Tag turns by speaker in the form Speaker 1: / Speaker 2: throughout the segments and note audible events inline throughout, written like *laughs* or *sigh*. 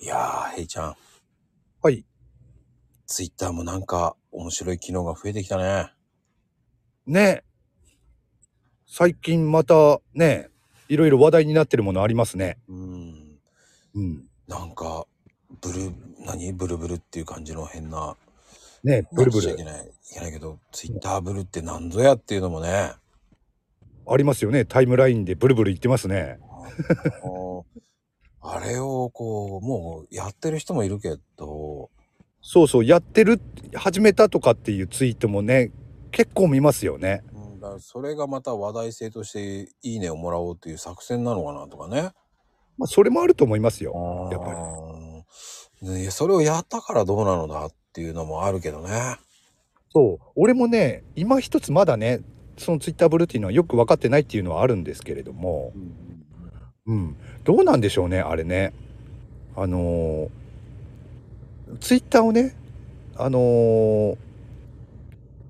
Speaker 1: いやー、ヘイちゃん、
Speaker 2: はい。
Speaker 1: ツイッターもなんか面白い機能が増えてきたね。
Speaker 2: ねえ最近またね、いろいろ話題になってるものありますね。
Speaker 1: うん。
Speaker 2: うん。
Speaker 1: なんか、ブル、何ブルブルっていう感じの変な。
Speaker 2: ねえブルブ
Speaker 1: なんかし
Speaker 2: ル
Speaker 1: ちゃいけ。ない。いけないけど、ツイッターブルってなんぞやっていうのも
Speaker 2: *laughs*
Speaker 1: ね。
Speaker 2: ありますよね。タイムラインでブルブル言ってますね。
Speaker 1: あのあれをこう、もうやってる人もいるけど、
Speaker 2: そうそう、やってる、始めたとかっていうツイートもね、結構見ますよね。
Speaker 1: うんだからそれがまた話題性としていいねをもらおうっていう作戦なのかなとかね。
Speaker 2: まあ、それもあると思いますよ。
Speaker 1: や
Speaker 2: やっぱ
Speaker 1: り。ねそれをやったからどうなのだっていうのもあるけどね。
Speaker 2: そう。俺もね、今一つまだね、そのツイッターブルーっていうのはよく分かってないっていうのはあるんですけれども、うん。どうなんでしょうね、あれね。あのー、ツイッターをね、あのー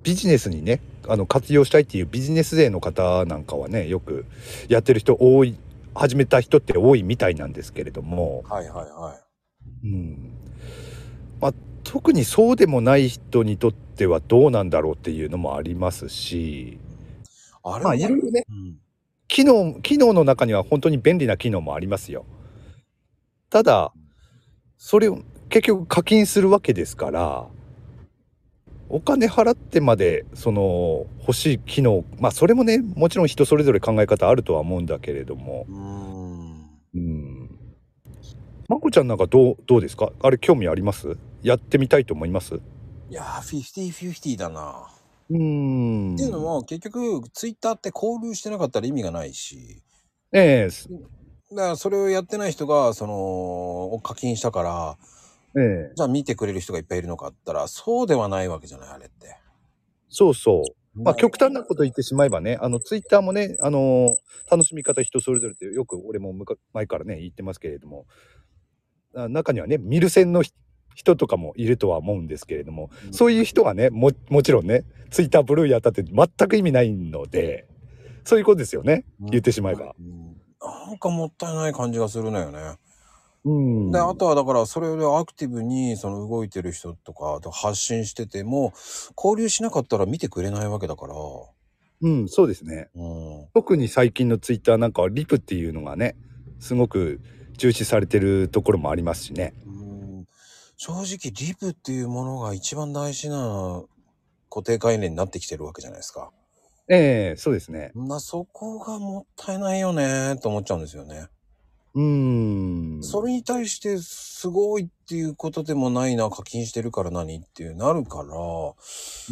Speaker 2: ビジネスにね、あの、活用したいっていうビジネス勢の方なんかはね、よくやってる人多い、始めた人って多いみたいなんですけれども、
Speaker 1: はいはいはい。
Speaker 2: うん。まあ、特にそうでもない人にとってはどうなんだろうっていうのもありますし、
Speaker 1: あれ
Speaker 2: まあ、いろいろね、
Speaker 1: うん
Speaker 2: 機能、機能の中には本当に便利な機能もありますよ。ただ、それを結局課金するわけですから、お金払ってまで、その、欲しい機能、まあ、それもね、もちろん人それぞれ考え方あるとは思うんだけれども、
Speaker 1: うーん。
Speaker 2: うん。まこちゃんなんかどう、どうですかあれ興味ありますやってみたいと思います
Speaker 1: いやー、フィフティフィフティだな。
Speaker 2: うん
Speaker 1: っていうのも、結局、ツイッターって交流してなかったら意味がないし、
Speaker 2: ええす
Speaker 1: だからそれをやってない人が、その、課金したから、
Speaker 2: ええ
Speaker 1: じゃあ見てくれる人がいっぱいいるのかって言ったら、そうではないわけじゃない、あれって。
Speaker 2: そうそう。ま
Speaker 1: だ
Speaker 2: あ、
Speaker 1: から
Speaker 2: 極端なこと言ってしまえばね、あのツイッターもね、あのー楽しみ方人それぞれってよく俺もむか前からね言ってますけれども、あ中にはね、見る線のひ人とかもいるとは思うんですけれども、
Speaker 1: うん
Speaker 2: そういう人がね、ももちろんね、ツイッターブルーやったって全く意味ないので、そういうことですよね、言ってしまえば。
Speaker 1: うんなんかもったいない感じがするのよね。
Speaker 2: うん
Speaker 1: で、あとはだから、それよりアクティブに、その動いてる人とか、発信してても、交流しなかったら見てくれないわけだから、
Speaker 2: うん、そうですね。
Speaker 1: うん。
Speaker 2: 特に最近のツイッターなんかはリプっていうのがね、すごく重視されてるところもありますしね。
Speaker 1: うん正直リプっていうものが一番大事な固定概念になってきてるわけじゃないですか。
Speaker 2: ええそうですね。
Speaker 1: なそこがもったいないよねと思っちゃうんですよね。
Speaker 2: うーん。
Speaker 1: それに対してすごいっていうことでもないな課金してるから何っていうなるから
Speaker 2: う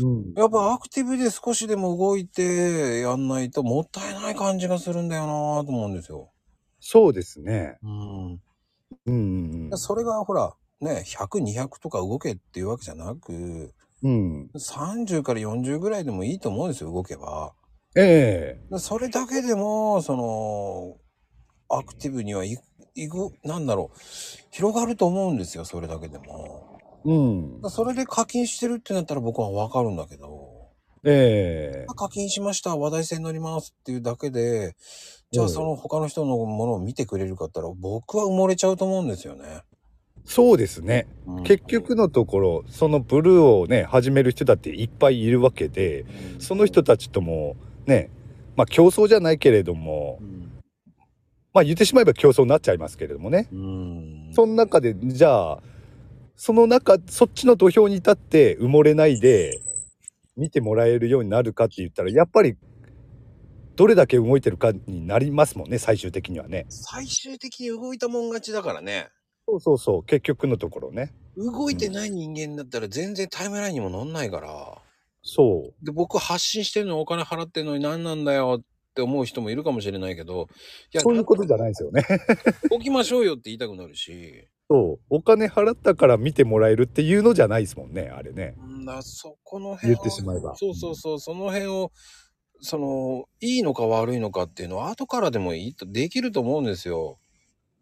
Speaker 2: ん
Speaker 1: やっぱアクティブで少しでも動いてやんないともったいない感じがするんだよなと思うんですよ。
Speaker 2: そうですね。
Speaker 1: うん
Speaker 2: うん。
Speaker 1: それがほらね100200とか動けっていうわけじゃなく
Speaker 2: うん。
Speaker 1: 30から40ぐらいでもいいと思うんですよ動けば
Speaker 2: ええ
Speaker 1: でそれだけでもそのアクティブにはいいくなんだろう広がると思うんですよそれだけでも
Speaker 2: うん
Speaker 1: で。それで課金してるってなったら僕はわかるんだけど
Speaker 2: ええ
Speaker 1: 課金しました話題性に乗りますっていうだけでじゃあその他の人のものを見てくれるかって言ったら僕は埋もれちゃうと思うんですよね、
Speaker 2: そうですね。
Speaker 1: うん
Speaker 2: 結局のところ、そのブルーをね、始める人だっていっぱいいるわけで、その人たちともね、まあ競争じゃないけれども
Speaker 1: う、ん
Speaker 2: まあ言ってしまえば競争になっちゃいますけれどもね。
Speaker 1: うん
Speaker 2: その中で、じゃあ、その中、そっちの土俵に立って埋もれないで、見てもらえるようになるかって言ったら、やっぱり、どれだけ動いてるかになりますもんね、最終的にはね。
Speaker 1: 最終的に動いたもん勝ちだからね
Speaker 2: そうそうそう、結局のところね。
Speaker 1: 動いてない人間だったら全然タイムラインにも乗んないから。
Speaker 2: そ。
Speaker 1: で、僕発信してるのにお金払ってるのに何なんだよって思う人もいるかもしれないけど、いう
Speaker 2: そういうことじゃ
Speaker 1: ない。
Speaker 2: ないですよね。
Speaker 1: 起きましょうよって言いたくなるし、
Speaker 2: そう。お金払ったから見てもらえるっていうのじゃないですもんね、あれね。
Speaker 1: うんだ、そこの辺
Speaker 2: 言
Speaker 1: を
Speaker 2: ってしまえば。
Speaker 1: そうそうそう、その辺を、その、いいのか悪いのかっていうのは後からでもいいと、できると思うんですよ。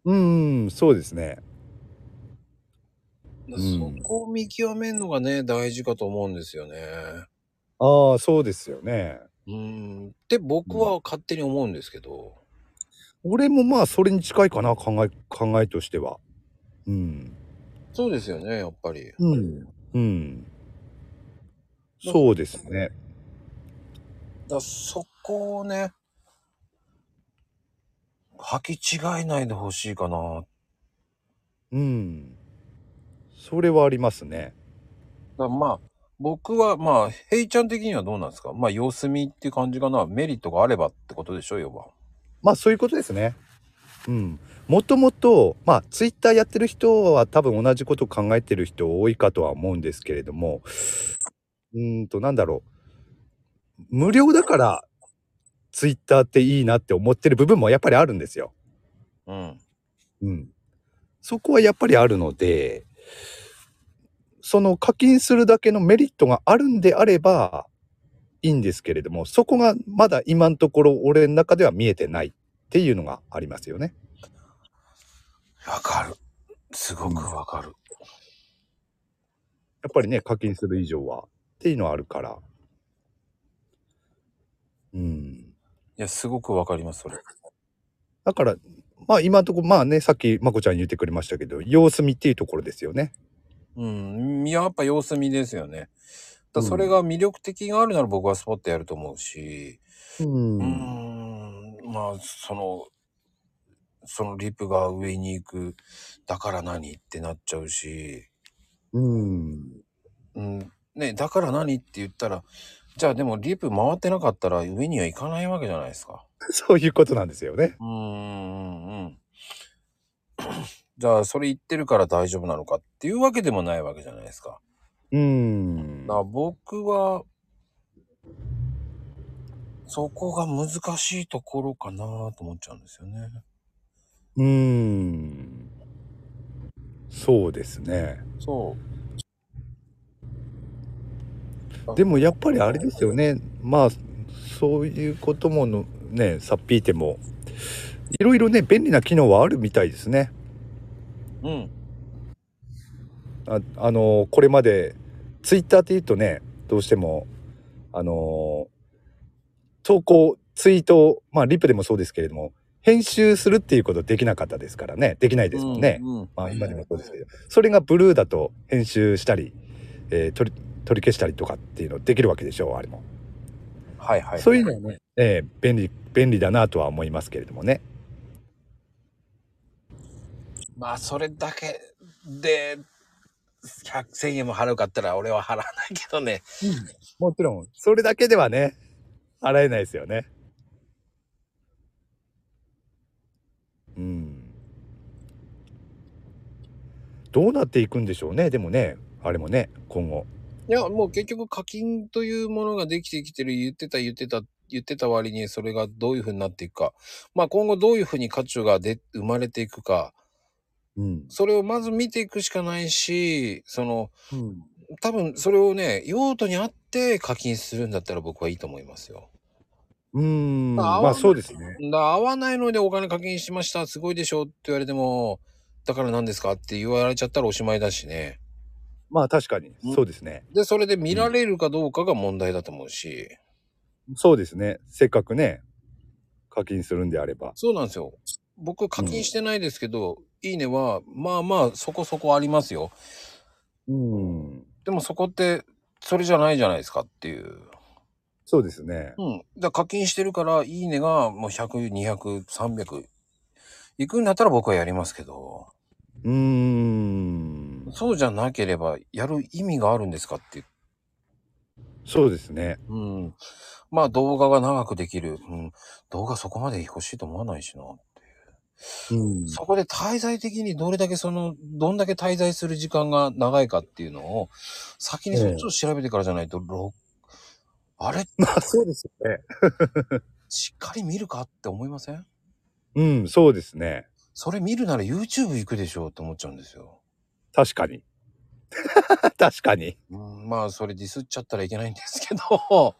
Speaker 2: うん。うん、そうですね。
Speaker 1: だ
Speaker 2: うん
Speaker 1: そこを見極めるのがね、大事かと思うんですよね。
Speaker 2: ああ、そうですよね。
Speaker 1: うん。って僕は勝手に思うんですけど。
Speaker 2: 俺もまあ、それに近いかな、考え、考えとしては。うん。
Speaker 1: そうですよね、やっぱり。
Speaker 2: うん。うん。そうですね。
Speaker 1: だそこをね、履き違えないでほしいかな。
Speaker 2: うん。それはありますね。
Speaker 1: だまあ、僕は、まあ、ヘイちゃん的にはどうなんですかまあ、様子見っていう感じかな。メリットがあればってことでしょ、要は。
Speaker 2: まあそういうことですね。うん。もともと、まあツイッターやってる人は多分同じこと考えてる人多いかとは思うんですけれども、うーんと、なんだろう。無料だからツイッターっていいなって思ってる部分もやっぱりあるんですよ。
Speaker 1: うん。
Speaker 2: うん。そこはやっぱりあるので、その課金するだけのメリットがあるんであればいいんですけれども、そこがまだ今のところ俺の中では見えてないっていうのがありますよね。
Speaker 1: わかる。すごくわかる。
Speaker 2: やっぱりね、課金する以上はっていうのはあるから。うん。
Speaker 1: いや、すごくわかります、それ。
Speaker 2: だから、まあ今のところ、まあね、さっきまこちゃん言ってくれましたけど、様子見っていうところですよね。
Speaker 1: うん。やっぱ様子見ですよね。だそれが魅力的があるなら僕はスポットやると思うし、
Speaker 2: うん
Speaker 1: うーん、まあ、その、そのリップが上に行く、だから何ってなっちゃうし、
Speaker 2: うん。
Speaker 1: うん、ね、だから何って言ったら、じゃあでもリップ回ってなかったら上には行かないわけじゃないですか。
Speaker 2: そういうことなんですよね。
Speaker 1: うーん、うん、うん。じゃあそれ言ってるから大丈夫なのかっていうわけでもないわけじゃないですか。
Speaker 2: うん
Speaker 1: だから僕は、そこが難しいところかなと思っちゃうんですよね。
Speaker 2: うーん。そうですね。
Speaker 1: そう。
Speaker 2: でもやっぱりあれですよね。まあ、そういうことものね、さっぴいても、いろいろね、便利な機能はあるみたいですね。
Speaker 1: うん。
Speaker 2: ああの、これまで、ツイッターって言うとね、どうしても、あの、投稿、ツイート、まあ、リプでもそうですけれども、編集するっていうことできなかったですからね。できないですもんね。
Speaker 1: うんうん
Speaker 2: まあ今でもそうですけど、それがブルーだと編集したり、えー取り取り消したりとかっていうのできるわけでしょう、あれも。
Speaker 1: はいはい。
Speaker 2: そういうのはね、えー便利、便利だなとは思いますけれどもね。
Speaker 1: まあ、それだけで、100、1000円も払うかったら俺は払わないけどね。
Speaker 2: もちろん、それだけではね、洗えないですよね。うん。どうなっていくんでしょうね、でもね、あれもね、今後。
Speaker 1: いや、もう結局課金というものができてきてる、言ってた言ってた、言ってた割にそれがどういうふうになっていくか。まあ今後どういうふうに価値がで生まれていくか。
Speaker 2: うん。
Speaker 1: それをまず見ていくしかないし、その、多分それをね、用途に合って課金するんだったら僕はいいと思いますよ。
Speaker 2: うん。
Speaker 1: まあ
Speaker 2: まあそうですね。
Speaker 1: だ合わないのでお金課金しましたすごいでしょって言われてもだから何ですかって言われちゃったらおしまいだしね
Speaker 2: まあ確かに、そうですね。
Speaker 1: でそれで見られるかどうかが問題だと思うし、
Speaker 2: そうですね。せっかくね、課金するんであれば。
Speaker 1: そうなんですよ僕課金してないですけど、いいねはまあまあそこそこありますよ
Speaker 2: うん。
Speaker 1: でもそこってそれじゃないじゃないですかっていう
Speaker 2: そうですね。
Speaker 1: うんだから課金してるからいいねがもう1002003000いくんだったら僕はやりますけど
Speaker 2: うーん。
Speaker 1: そうじゃなければやる意味があるんですかっていう
Speaker 2: そうですね。
Speaker 1: うん。まあ動画が長くできる。うん。動画そこまで欲しいと思わないしな。
Speaker 2: うん
Speaker 1: そこで滞在的にどれだけその、どんだけ滞在する時間が長いかっていうのを、先にそっちを調べてからじゃないと、ろあれ
Speaker 2: まあそうですよね。
Speaker 1: しっかり見るかって思いません
Speaker 2: うん、そうですね。
Speaker 1: それ見るなら YouTube 行くでしょうって思っちゃうんですよ。
Speaker 2: 確かに。 *laughs* 確かに。
Speaker 1: うん、まあそれディスっちゃったらいけないんですけど、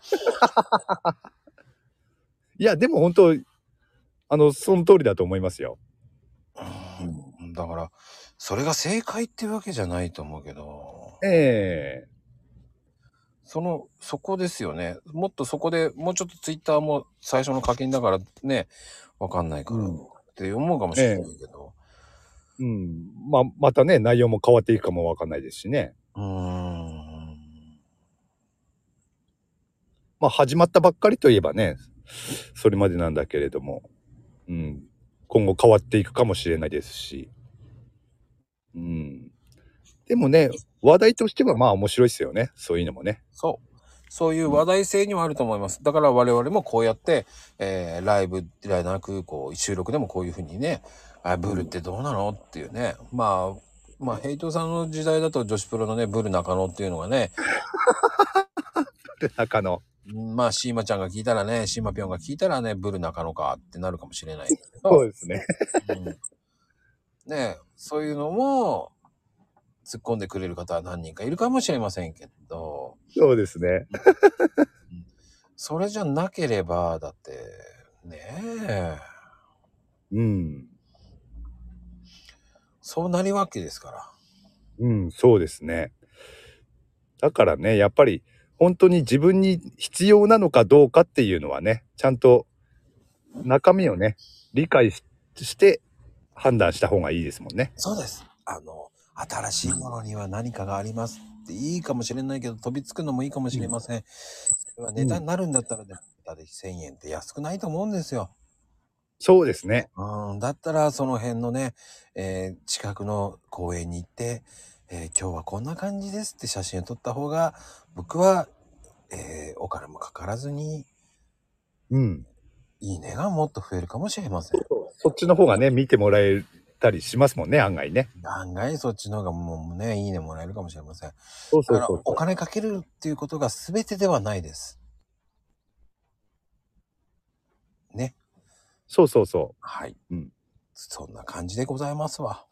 Speaker 2: いや、でも本当、あの、その通りだと思いますよ。
Speaker 1: うん、だから、それが正解っていうわけじゃないと思うけど。
Speaker 2: ええ
Speaker 1: その、そこですよね。もっとそこでもうちょっとツイッターも最初の課金だからね、わかんないから
Speaker 2: う
Speaker 1: っ
Speaker 2: ん
Speaker 1: て思うかもしれないけど、
Speaker 2: うん。まあ、またね、内容も変わっていくかもわかんないですしね。
Speaker 1: うーん。
Speaker 2: まあ、始まったばっかりといえばね、それまでなんだけれども、うん。今後変わっていくかもしれないですし。うん。でもね、話題としてはまあ面白いですよね。そういうのもね。 *laughs*
Speaker 1: そう。そういう話題性にはあると思います。だから我々もこうやって、えーライブでなく、こう、収録でもこういうふうにね、あ、ブルってどうなのっていうね。まあ、まあ、ヘイトさんの時代だと女子プロのね、ブル中野っていうのがね、
Speaker 2: で、中野。
Speaker 1: まあ、シーマちゃんが聞いたらね、シーマぴょんが聞いたらね、ブル中野かってなるかもしれないけど。
Speaker 2: そうですね。
Speaker 1: *laughs* うんねえそういうのも突っ込んでくれる方は何人かいるかもしれませんけど
Speaker 2: *laughs* そうですね。
Speaker 1: それじゃなければだってねえ
Speaker 2: うん。
Speaker 1: そうなりわけですから
Speaker 2: うん、そうですね。だからね、やっぱり本当に自分に必要なのかどうかっていうのはね、ちゃんと中身をね、理解しして判断した方がいいですもんね。
Speaker 1: そうですあの新しいものには何かがありますっていいかもしれないけど飛びつくのもいいかもしれません、それは値段になるんだったらねだって1000円って安くないと思うんですよ
Speaker 2: そうですね。
Speaker 1: うん、だったらその辺のね、えー近くの公園に行って、えー今日はこんな感じですって写真を撮った方が僕は、えーお金もかからずに
Speaker 2: うん。
Speaker 1: いいねがもっと増えるかもしれません。
Speaker 2: そっちの方がね、見てもらえたりしますもんね、案外ね。
Speaker 1: 案外そっちの方がもうねいいねもらえるかもしれません。だ
Speaker 2: そうそ
Speaker 1: か
Speaker 2: う
Speaker 1: ら
Speaker 2: そう
Speaker 1: お金かけるっていうことが全てではないです。
Speaker 2: そうそうそ
Speaker 1: はい、
Speaker 2: うん
Speaker 1: そんな感じでございますわ。